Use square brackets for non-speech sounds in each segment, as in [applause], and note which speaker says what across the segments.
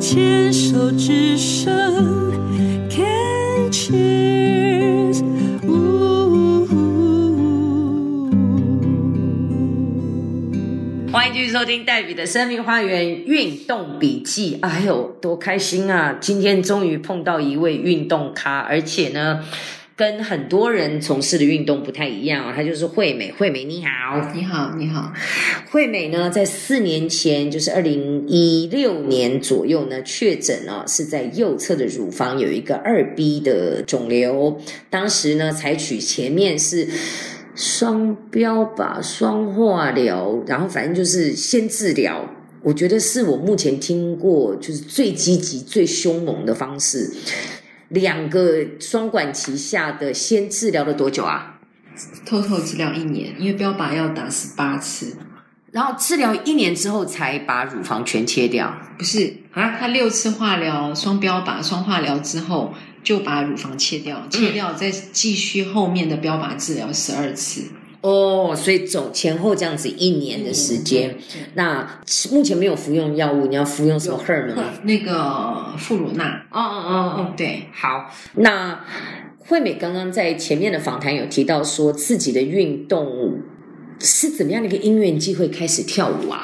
Speaker 1: 牵手之声，Can cheers。
Speaker 2: 欢迎继续收听黛比的生命花园运动笔记。哎呦，多开心啊！今天终于碰到一位运动咖，而且呢，跟很多人从事的运动不太一样啊。她就是惠美，惠美你好，
Speaker 3: 你好，你好，
Speaker 2: 惠美呢，在四年前，就是二零一六年左右呢，确诊哦，是在右侧的乳房有一个二 B 的肿瘤。当时呢，采取前面是双标吧，双化疗，然后反正就是先治疗。我觉得是我目前听过就是最积极、最凶猛的方式。两个双管齐下的，先治疗了多久啊？
Speaker 3: 偷偷治疗一年，因为标靶要打十八次，
Speaker 2: 然后治疗一年之后才把乳房全切掉。
Speaker 3: 不是啊？他六次化疗，双标靶，双化疗之后就把乳房切掉，切掉再继续后面的标靶治疗十二次。
Speaker 2: 哦，所以总前后这样子一年的时间，那目前没有服用药物，你要服用什么荷尔蒙吗？
Speaker 3: 那个富乳钠，
Speaker 2: 哦哦哦哦，
Speaker 3: 对，
Speaker 2: 好，那惠美刚刚在前面的访谈有提到说自己的运动是怎么样的一个因缘机会开始跳舞啊？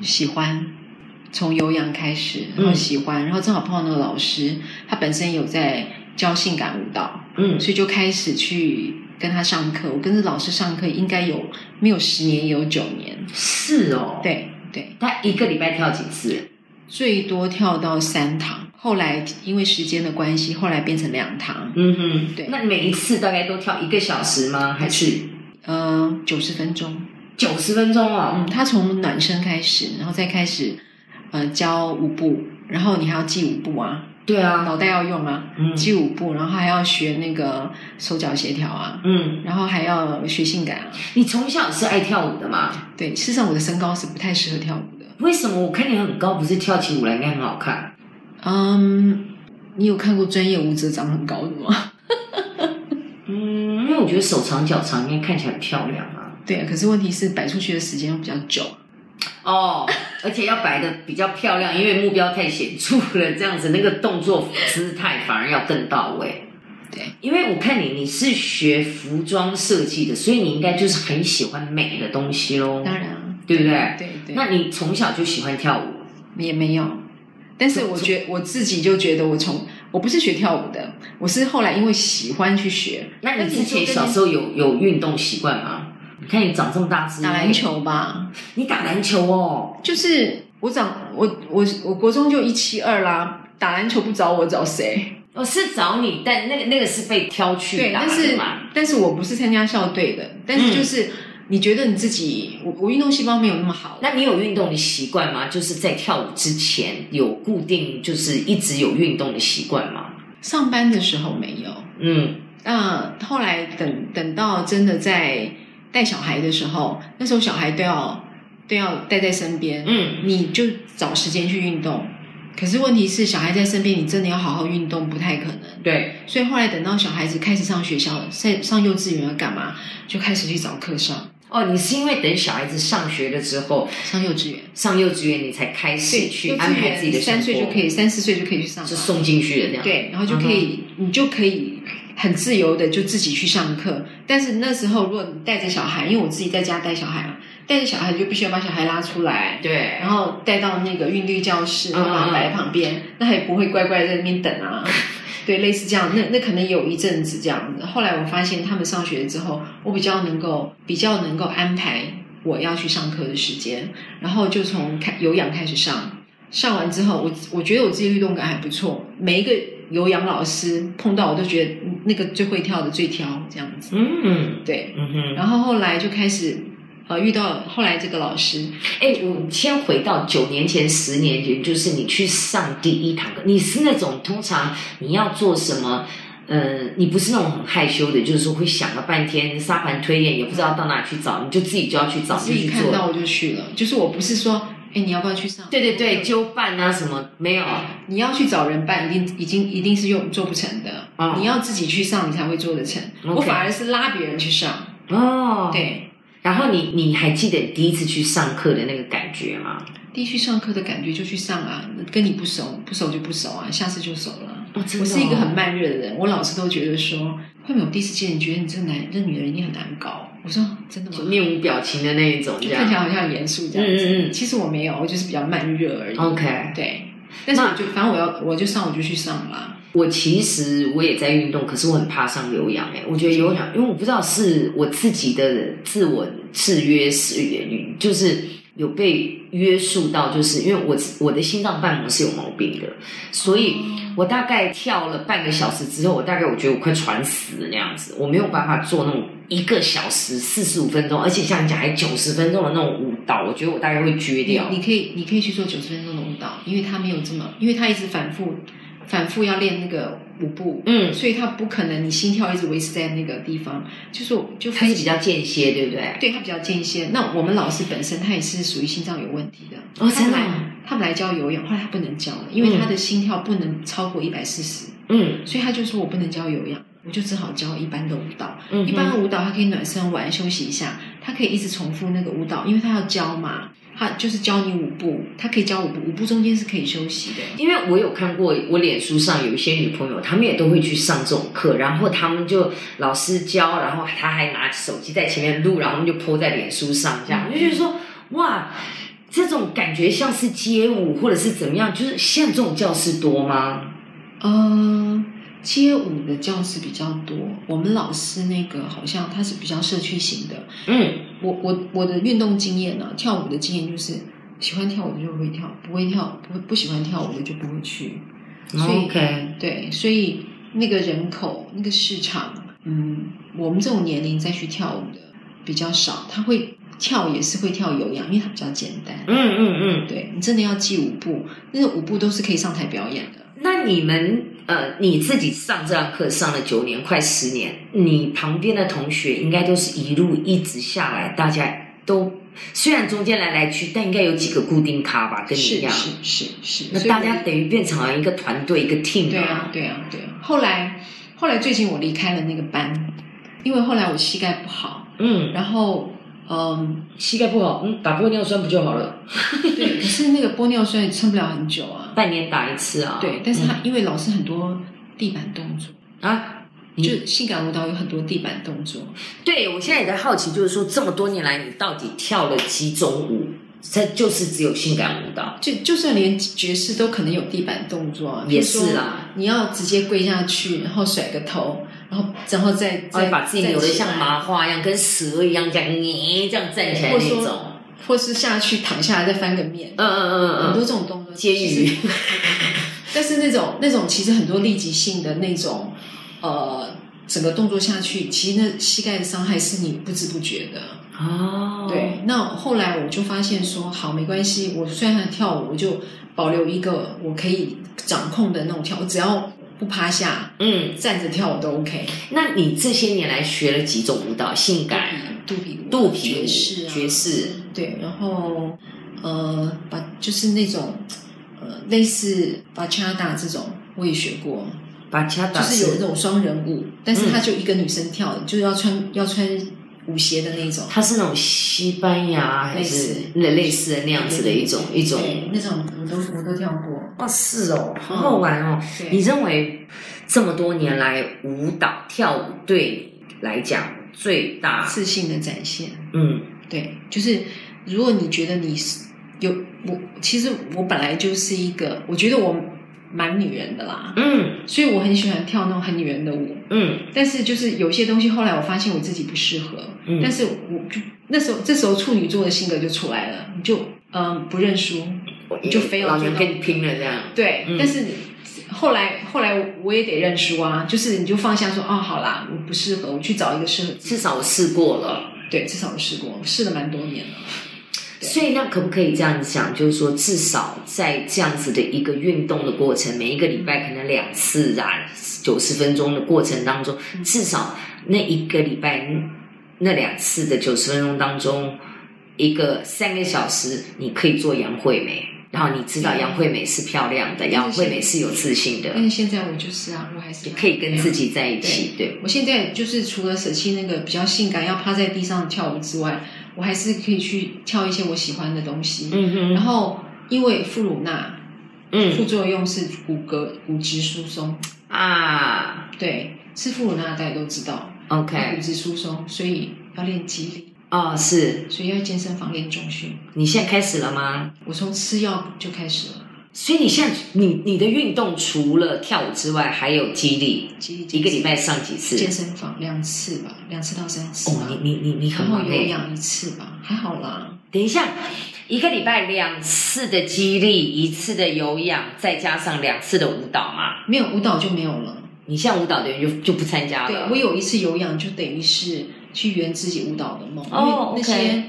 Speaker 3: 喜欢。从有氧开始，然后喜欢，然后正好碰到那个老师，他本身有在教性感舞蹈，
Speaker 2: 嗯
Speaker 3: 所以就开始去跟他上课。我跟着老师上课应该有没有十年也有九年，
Speaker 2: 是哦，，
Speaker 3: 对对，
Speaker 2: 他一个礼拜跳几次？
Speaker 3: 最多跳到三堂，后来因为时间的关系，后来变成两堂，
Speaker 2: 嗯哼，
Speaker 3: 对
Speaker 2: 那每一次大概都跳一个小时吗？还是
Speaker 3: 呃，九十分钟。
Speaker 2: 九十分钟哦？
Speaker 3: 嗯，他从暖身开始，然后再开始呃教舞步，然后你还要记舞步啊，
Speaker 2: 对啊，
Speaker 3: 脑袋要用啊，
Speaker 2: 嗯
Speaker 3: 记舞步，然后还要学那个手脚协调啊，
Speaker 2: 嗯，
Speaker 3: 然后还要学性感啊。
Speaker 2: 你从小是爱跳舞的嘛？
Speaker 3: 对，事实上我的身高是不太适合跳舞的。
Speaker 2: 为什么我看你很高，不是跳起舞来应该很好看？
Speaker 3: 嗯，你有看过专业舞者长很高的吗？ [laughs]
Speaker 2: 嗯，因为我觉得手长脚长应该看起来很漂亮啊。
Speaker 3: 对啊，可是问题是摆出去的时间又比较久。
Speaker 2: 哦，而且要摆的比较漂亮，因为目标太显著了，这样子那个动作姿态反而要更到位。
Speaker 3: 对，
Speaker 2: 因为我看你你是学服装设计的，所以你应该就是很喜欢美的东西喽，
Speaker 3: 当然啊，
Speaker 2: 对不对？
Speaker 3: 对对，
Speaker 2: 那你从小就喜欢跳舞？
Speaker 3: 也没有。但是我觉我自己就觉得我从我不是学跳舞的，我是后来因为喜欢去学
Speaker 2: 那你
Speaker 3: 但是
Speaker 2: 之前
Speaker 3: 就跟
Speaker 2: 小时候有有运动习惯吗？你看你长这么大只，
Speaker 3: 打篮，球吧，
Speaker 2: 你打篮球哦，
Speaker 3: 就是我长我我我国中就一七二啦，打篮球不找我找谁？
Speaker 2: 我哦是找你，但那个那个是被挑去
Speaker 3: 对，
Speaker 2: 打
Speaker 3: 但
Speaker 2: 的
Speaker 3: 是
Speaker 2: 嘛？
Speaker 3: 但是我不是参加校队的，但是
Speaker 2: 嗯
Speaker 3: 就是、你觉得你自己我我运动细胞没有那么好，
Speaker 2: 那你有运动的习惯吗？就是在跳舞之前有固定，就是一直有运动的习惯吗？
Speaker 3: 上班的时候没有，
Speaker 2: 嗯，
Speaker 3: 那后来等等到真的在带小孩的时候，那时候小孩都要都要带在身边，
Speaker 2: 嗯，
Speaker 3: 你就找时间去运动。可是问题是，小孩在身边，你真的要好好运动不太可能。
Speaker 2: 对，
Speaker 3: 所以后来等到小孩子开始上学校了，上上幼稚园要干嘛，就开始去找课上
Speaker 2: 哦，你是因为等小孩子上学了之后，
Speaker 3: 上幼稚园。
Speaker 2: 上幼稚园，你才开始去
Speaker 3: 幼
Speaker 2: 安
Speaker 3: 稚
Speaker 2: 排自己的
Speaker 3: 园三
Speaker 2: 生
Speaker 3: 岁
Speaker 2: 活，
Speaker 3: 就可以，三四岁就可以去上
Speaker 2: 就
Speaker 3: 课。
Speaker 2: 送进去的这样。，
Speaker 3: 对，然后就可以，你就可以很自由的就自己去上课。但是那时候，如果你带着小孩，因为我自己在家带小孩嘛，带着小孩就必须要把小孩拉出来，
Speaker 2: 对
Speaker 3: 然后带到那个韵律教室，然后把它摆在旁边，那他也不会乖乖在那边等啊。对，类似这样，那那可能有一阵子这样子。后来我发现他们上学之后，我比较能够比较能够安排我要去上课的时间，然后就从开有氧开始上，上完之后，我我觉得我自己运动感还不错，每一个有氧老师碰到我都觉得嗯那个最会跳的最挑这样子，
Speaker 2: 嗯
Speaker 3: 对。
Speaker 2: 嗯哼。
Speaker 3: 然后后来就开始呃遇到后来这个老师，
Speaker 2: 哎，我先回到九年前、十年前，就是你去上第一堂课，你是那种通常你要做什么？呃，你不是那种很害羞的，就是说会想了半天，沙盘推演，也不知道到哪去找，你就自己就要去找，
Speaker 3: 自
Speaker 2: 就
Speaker 3: 己
Speaker 2: 去
Speaker 3: 看
Speaker 2: 做。
Speaker 3: 到我就去了，就是我不是说哎你要不要去上，
Speaker 2: 对对对，纠办啊什么没有？
Speaker 3: 你要去找人办，一定已经一定是用做不成的，
Speaker 2: 哦
Speaker 3: 你要自己去上，你才会做得成。
Speaker 2: OK
Speaker 3: 我反而是拉别人去上，
Speaker 2: 哦，。
Speaker 3: 对，
Speaker 2: 然后你你还记得你第一次去上课的那个感觉吗？
Speaker 3: 第一去上课的感觉就去上啊，跟你不熟，不熟就不熟啊，下次就熟了啊。
Speaker 4: 哦真的哦
Speaker 3: 我是一个很慢热的人，我老师都觉得说，慧敏，我第一次见你，觉得你这个男这女人一定很难搞。我说真的
Speaker 2: 就
Speaker 3: 吗？
Speaker 2: 面啊无表情的那一种，这
Speaker 3: 就看起来
Speaker 2: 样。
Speaker 3: 好像很严肃这样
Speaker 4: 嗯
Speaker 3: 子，
Speaker 4: 嗯嗯
Speaker 3: 其实我没有，我就是比较慢热而已。
Speaker 2: OK，
Speaker 3: 对，但是我就反正我要我就上我就去上啦。
Speaker 2: 我其实我也在运动，可是我很怕上有氧哎、我觉得有氧，因为我不知道是我自己的自我制约是就是有被约束到，就是因为我我的心脏瓣膜是有毛病的，所以我大概跳了半个小时之后，我大概我觉得我快喘死了那样子，我没有办法做那种一个小时四十五分钟，而且像你讲还九十分钟的那种舞蹈，我觉得我大概会撅
Speaker 3: 你
Speaker 2: 掉。
Speaker 3: 你可以你可以去做九十分钟的舞蹈，因为他没有这么，因为他一直反复反复要练那个舞步，
Speaker 2: 嗯，
Speaker 3: 所以他不可能你心跳一直维持在那个地方，就是我就
Speaker 2: 它是比较间歇，对不对？
Speaker 3: 对他比较间歇。那我们老师本身他也是属于心脏有问题的，
Speaker 2: 哦
Speaker 3: 他
Speaker 2: 真
Speaker 3: 本
Speaker 2: 的哦
Speaker 3: 来他本来教有氧，后来他不能教了，因为他的心跳不能超过一百四十，
Speaker 2: 嗯
Speaker 3: 所以他就说我不能教有氧，我就只好教一般的舞蹈。
Speaker 2: 嗯，
Speaker 3: 一般的舞蹈，它可以暖身完休息一下，它可以一直重复那个舞蹈，因为它要教嘛，它就是教你舞步，它可以教舞步，舞步中间是可以休息的。
Speaker 2: 因为我有看过，我脸书上有一些女朋友，她们也都会去上这种课，然后她们就老师教，然后她还拿手机在前面录，然后她们就 po 在脸书上，这样
Speaker 3: 嗯
Speaker 2: 我就觉得说，哇，这种感觉像是街舞或者是怎么样，就是现在这种教室多吗？
Speaker 3: 呃，街舞的教室比较多，我们老师那个好像他是比较社区型的。
Speaker 2: 嗯，
Speaker 3: 我我我的运动经验呢、跳舞的经验就是喜欢跳舞的就会跳，不会跳不不喜欢跳舞的就不会去。所以
Speaker 2: 哦 OK
Speaker 3: 对，所以那个人口那个市场，嗯，我们这种年龄再去跳舞的比较少，他会跳也是会跳有氧，因为它比较简单。
Speaker 2: 嗯嗯嗯，
Speaker 3: 对你真的要记舞步，那个舞步都是可以上台表演的。
Speaker 2: 那你们呃，你自己上这堂课上了九年，快十年，你旁边的同学应该都是一路一直下来，大家都虽然中间来来去，但应该有几个固定咖吧，跟你一
Speaker 3: 是
Speaker 2: 样。
Speaker 3: 是是是，
Speaker 2: 那
Speaker 3: 所以
Speaker 2: 大
Speaker 3: 我
Speaker 2: 家等于变成了一个团队，一个 team
Speaker 3: 对啊，对啊，对啊。后来后来最近我离开了那个班，因为后来我膝盖不好，
Speaker 2: 嗯，
Speaker 3: 然后嗯，
Speaker 2: 膝盖不好，嗯，打玻尿酸不就好了？
Speaker 3: 对，可是那个玻尿酸也撑不了很久啊。
Speaker 2: [laughs] 半年打一次啊。
Speaker 3: 对，但是他因为老师很多地板动作，
Speaker 2: 嗯啊，嗯
Speaker 3: 就性感舞蹈有很多地板动作，
Speaker 2: 对我现在也在好奇，就是说这么多年来，你到底跳了几种舞？这就是只有性感舞蹈，
Speaker 3: 就就算连爵士都可能有地板动作啊，
Speaker 2: 也是
Speaker 3: 啊。
Speaker 2: 啦。
Speaker 3: 你要直接跪下去，然后甩个头，然后然后再
Speaker 2: 哎，
Speaker 3: 再
Speaker 2: 把自己扭得
Speaker 3: 再起来
Speaker 2: 像麻花一样，跟蛇一样这样，你这样站起来
Speaker 3: 或
Speaker 2: 那
Speaker 3: 者说
Speaker 2: 种。
Speaker 3: 或是下去躺下来再翻个面，
Speaker 2: 嗯嗯
Speaker 3: 很
Speaker 2: 嗯
Speaker 3: 多
Speaker 2: 嗯
Speaker 3: 这种动作。
Speaker 2: 煎鱼
Speaker 3: 其实， [laughs] 但是那种那种其实很多立即性的那种，呃，整个动作下去，其实那膝盖的伤害是你不知不觉的。
Speaker 2: 嗯。哦。
Speaker 3: 对，那后来我就发现说，好，没关系，我虽然跳舞，我就保留一个我可以掌控的那种跳，我只要不趴下，
Speaker 2: 嗯，
Speaker 3: 站着跳我都 OK。
Speaker 2: 那你这些年来学了几种舞蹈？性感、
Speaker 3: 肚皮舞啊、
Speaker 2: 肚皮舞
Speaker 3: 爵士啊，
Speaker 2: 爵士
Speaker 3: 对，然后呃，把就是那种呃类似巴恰达这种，我也学过，
Speaker 2: 巴恰达嗯
Speaker 3: 就是有那种双人舞，但是它就一个女生跳的，就是要穿要穿舞鞋的那种。
Speaker 2: 它是那种西班牙还是
Speaker 3: 类似
Speaker 2: 那类似的那样子的一种一种。
Speaker 3: 对，那种我都我都跳过。
Speaker 2: 哦，是哦，好好玩哦。
Speaker 3: 对
Speaker 2: 你认为这么多年来舞蹈跳舞对你来讲最大？
Speaker 3: 自信的展现。
Speaker 2: 嗯
Speaker 3: 对，就是如果你觉得你是有我，其实我本来就是一个，我觉得我蛮女人的啦，
Speaker 2: 嗯
Speaker 3: 所以我很喜欢跳那种很女人的舞。
Speaker 2: 嗯
Speaker 3: 但是就是有些东西，后来我发现我自己不适合，
Speaker 2: 嗯
Speaker 3: 但是我就那时候这时候处女座的性格就出来了，你就嗯、不认输，
Speaker 2: 嗯，
Speaker 3: 就非要
Speaker 2: 老
Speaker 3: 做
Speaker 2: 娘
Speaker 3: 到
Speaker 2: 跟你拼了这样。
Speaker 3: 对，
Speaker 2: 嗯
Speaker 3: 但是后来后来我也得认输啊，就是你就放下说哦，好啦，我不适合，我去找一个适合自
Speaker 2: 至
Speaker 3: 己
Speaker 2: 少我试过了。
Speaker 3: 对，至少我试过，我试了蛮多年了。对
Speaker 2: 所以，那可不可以这样讲？就是说，至少在这样子的一个运动的过程，每一个礼拜可能两次啊，九十分钟的过程当中，
Speaker 3: 嗯
Speaker 2: 至少那一个礼拜那两次的九十分钟当中，一个三个小时，你可以做杨惠美，然后你知道杨惠美是漂亮
Speaker 3: 嗯
Speaker 2: 的，杨惠美是有自信的，
Speaker 3: 但是现在我就是啊，我还是
Speaker 2: 可以跟自。己
Speaker 3: 嗯
Speaker 2: 在一起，对
Speaker 3: 我现在就是除了舍弃那个比较性感要趴在地上跳舞之外，我还是可以去挑一些我喜欢的东西。
Speaker 2: 嗯
Speaker 3: 然
Speaker 2: 哼，
Speaker 3: 后因为副乳钠副
Speaker 2: 嗯
Speaker 3: 作用是骨骼骨质疏松，
Speaker 2: 啊
Speaker 3: 对，吃副乳钠大家都知道，骨
Speaker 2: ，OK，
Speaker 3: 质疏松，所以要练肌力，
Speaker 2: 哦，是
Speaker 3: 所以要健身房练重训。
Speaker 2: 你现在开始了吗？
Speaker 3: 我从吃药就开始了，
Speaker 2: 所以你现在你你的运动除了跳舞之外，还有肌力，
Speaker 3: 肌力
Speaker 2: 一个礼拜上几次？
Speaker 3: 健身房两次吧，两次到三次
Speaker 2: 哦
Speaker 3: 吧，，
Speaker 2: 你你你你很
Speaker 3: 然后
Speaker 2: 忙欸
Speaker 3: 有
Speaker 2: 耶。
Speaker 3: 氧一次吧，还好啦。
Speaker 2: 等一下，一个礼拜两次的肌力，一次的有氧，再加上两次的舞蹈嘛。
Speaker 3: 没有舞蹈就没有了。
Speaker 2: 你像舞蹈的人就就不参加
Speaker 3: 对
Speaker 2: 了。
Speaker 3: 我有一次有氧，就等于是去圆自己舞蹈的梦，
Speaker 2: 哦
Speaker 3: 因为那
Speaker 2: OK
Speaker 3: 些。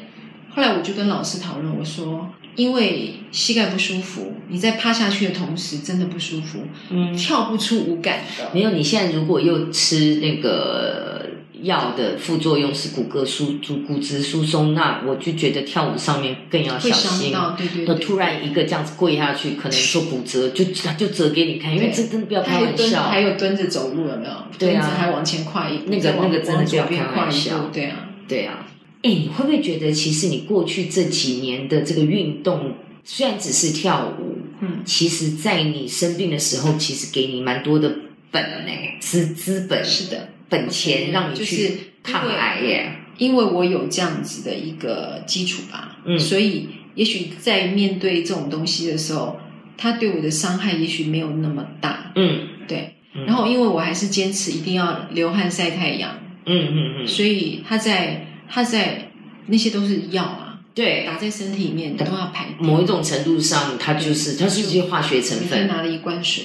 Speaker 3: 后来我就跟老师讨论，我说，因为膝盖不舒服，你在趴下去的同时真的不舒服，
Speaker 2: 嗯，
Speaker 3: 跳不出舞感的。
Speaker 2: 没有。你现在如果又吃那个药的副作用是骨骼疏骨骨质疏松，那我就觉得跳舞上面更要
Speaker 3: 会
Speaker 2: 小
Speaker 3: 伤
Speaker 2: 心。
Speaker 3: 到，对对
Speaker 2: 那
Speaker 3: 对。
Speaker 2: 突然一个这样子跪下去，可能说骨折，就他就折给你看，因为
Speaker 3: 对
Speaker 2: 这真的不要
Speaker 3: 他
Speaker 2: 开
Speaker 3: 还
Speaker 2: 玩
Speaker 3: 蹲，
Speaker 2: 笑。
Speaker 3: 还有蹲着走路有没有？
Speaker 2: 对啊
Speaker 3: 蹲着还往前跨一步，
Speaker 2: 那个
Speaker 3: 再往
Speaker 2: 那个真的
Speaker 3: 往
Speaker 2: 不要
Speaker 3: 左边
Speaker 2: 开
Speaker 3: 跨
Speaker 2: 玩
Speaker 3: 一
Speaker 2: 笑
Speaker 3: 步，对啊。
Speaker 2: 对啊，哎，你会不会觉得其实你过去这几年的这个运动，虽然只是跳舞，
Speaker 3: 嗯
Speaker 2: 其实在你生病的时候，其实给你蛮多的本呢、资资本
Speaker 3: 是的，
Speaker 2: 本钱让你
Speaker 3: 就是
Speaker 2: 去抗癌耶、
Speaker 3: 因为我有这样子的一个基础吧，
Speaker 2: 嗯
Speaker 3: 所以也许在面对这种东西的时候，它对我的伤害也许没有那么大，
Speaker 2: 嗯
Speaker 3: 对。
Speaker 2: 嗯
Speaker 3: 然后因为我还是坚持一定要流汗晒太阳，
Speaker 2: 嗯嗯嗯，
Speaker 3: 所以它在它在那些都是药啊，
Speaker 2: 对，
Speaker 3: 打在身体里面都要排掉。
Speaker 2: 某一种程度上，它就是它是一些化学成
Speaker 3: 每
Speaker 2: 分，
Speaker 3: 天拿了一罐水，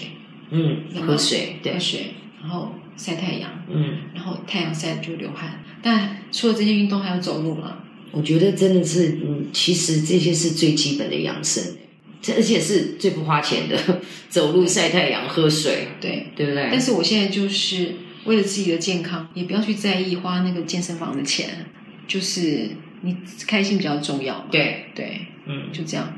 Speaker 2: 嗯，喝水，
Speaker 3: 喝
Speaker 2: 对，
Speaker 3: 水，然后晒太阳，
Speaker 2: 嗯，
Speaker 3: 然后太阳晒就流汗。但除了这些运动，还要走路了。
Speaker 2: 我觉得真的是，嗯，其实这些是最基本的养生、这而且是最不花钱的， [laughs] 走路、晒太阳、喝水，
Speaker 3: 对，
Speaker 2: 对不对？
Speaker 3: 但是我现在就是为了自己的健康，也不要去在意花那个健身房的钱，就是你开心比较重要嘛。
Speaker 2: 对，
Speaker 3: 对，
Speaker 2: 嗯，
Speaker 3: 就这样。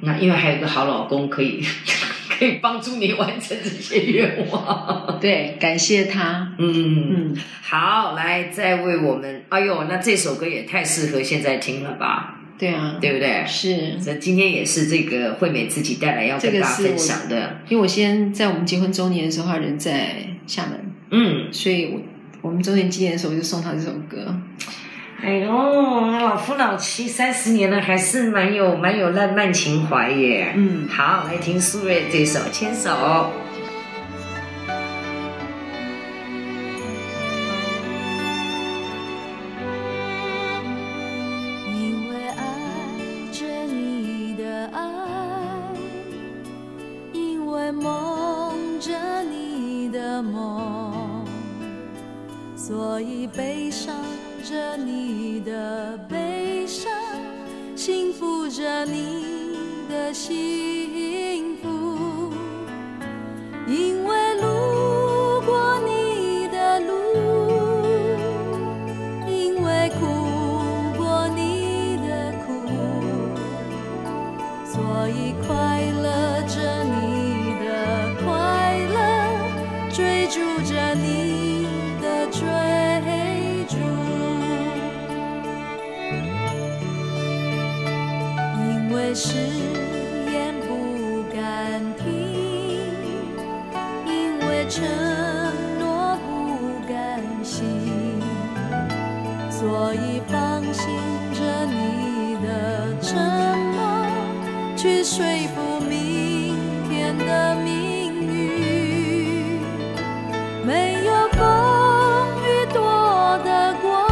Speaker 2: 那因为还有个好老公可以 [laughs] 可以帮助你完成这些愿望。
Speaker 3: 哦对，感谢他。
Speaker 2: 嗯，
Speaker 3: 嗯，
Speaker 2: 好，来再为我们，哎呦，那这首歌也太适合现在听了吧，
Speaker 3: 对啊，
Speaker 2: 对不对？
Speaker 3: 是
Speaker 2: 那今天也是这个惠美自己带来要跟
Speaker 3: 这个
Speaker 2: 大家
Speaker 3: 是
Speaker 2: 分
Speaker 3: 我
Speaker 2: 享的，
Speaker 3: 因为我先在我们结婚周年的时候，他人在厦门，
Speaker 2: 嗯，
Speaker 3: 所以我我们周年纪念的时候，我就送他这首歌。
Speaker 2: 哎呦，老夫老妻三十年了，还是蛮有蛮有浪漫情怀耶。
Speaker 3: 嗯
Speaker 2: 好，来听苏芮这首《牵手》。
Speaker 1: 因为爱着你的爱，因为梦着你的梦，所以悲伤着你的悲伤，幸福着你的幸福。因为路过你的路，因为哭过你的苦，所以快乐着你的快乐，追逐着你的追逐。因为誓言不敢听，因为承诺不甘心，所以放心着你的沉默，去说服明天的命运。没有风雨躲得过。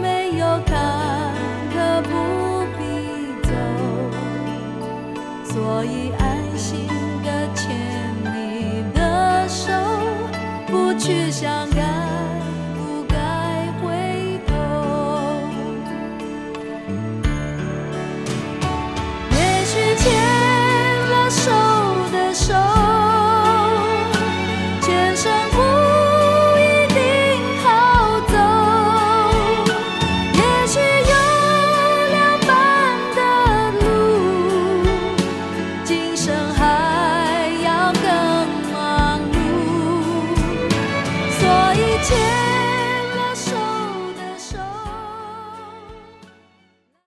Speaker 1: 没有坎坷不必走，所以爱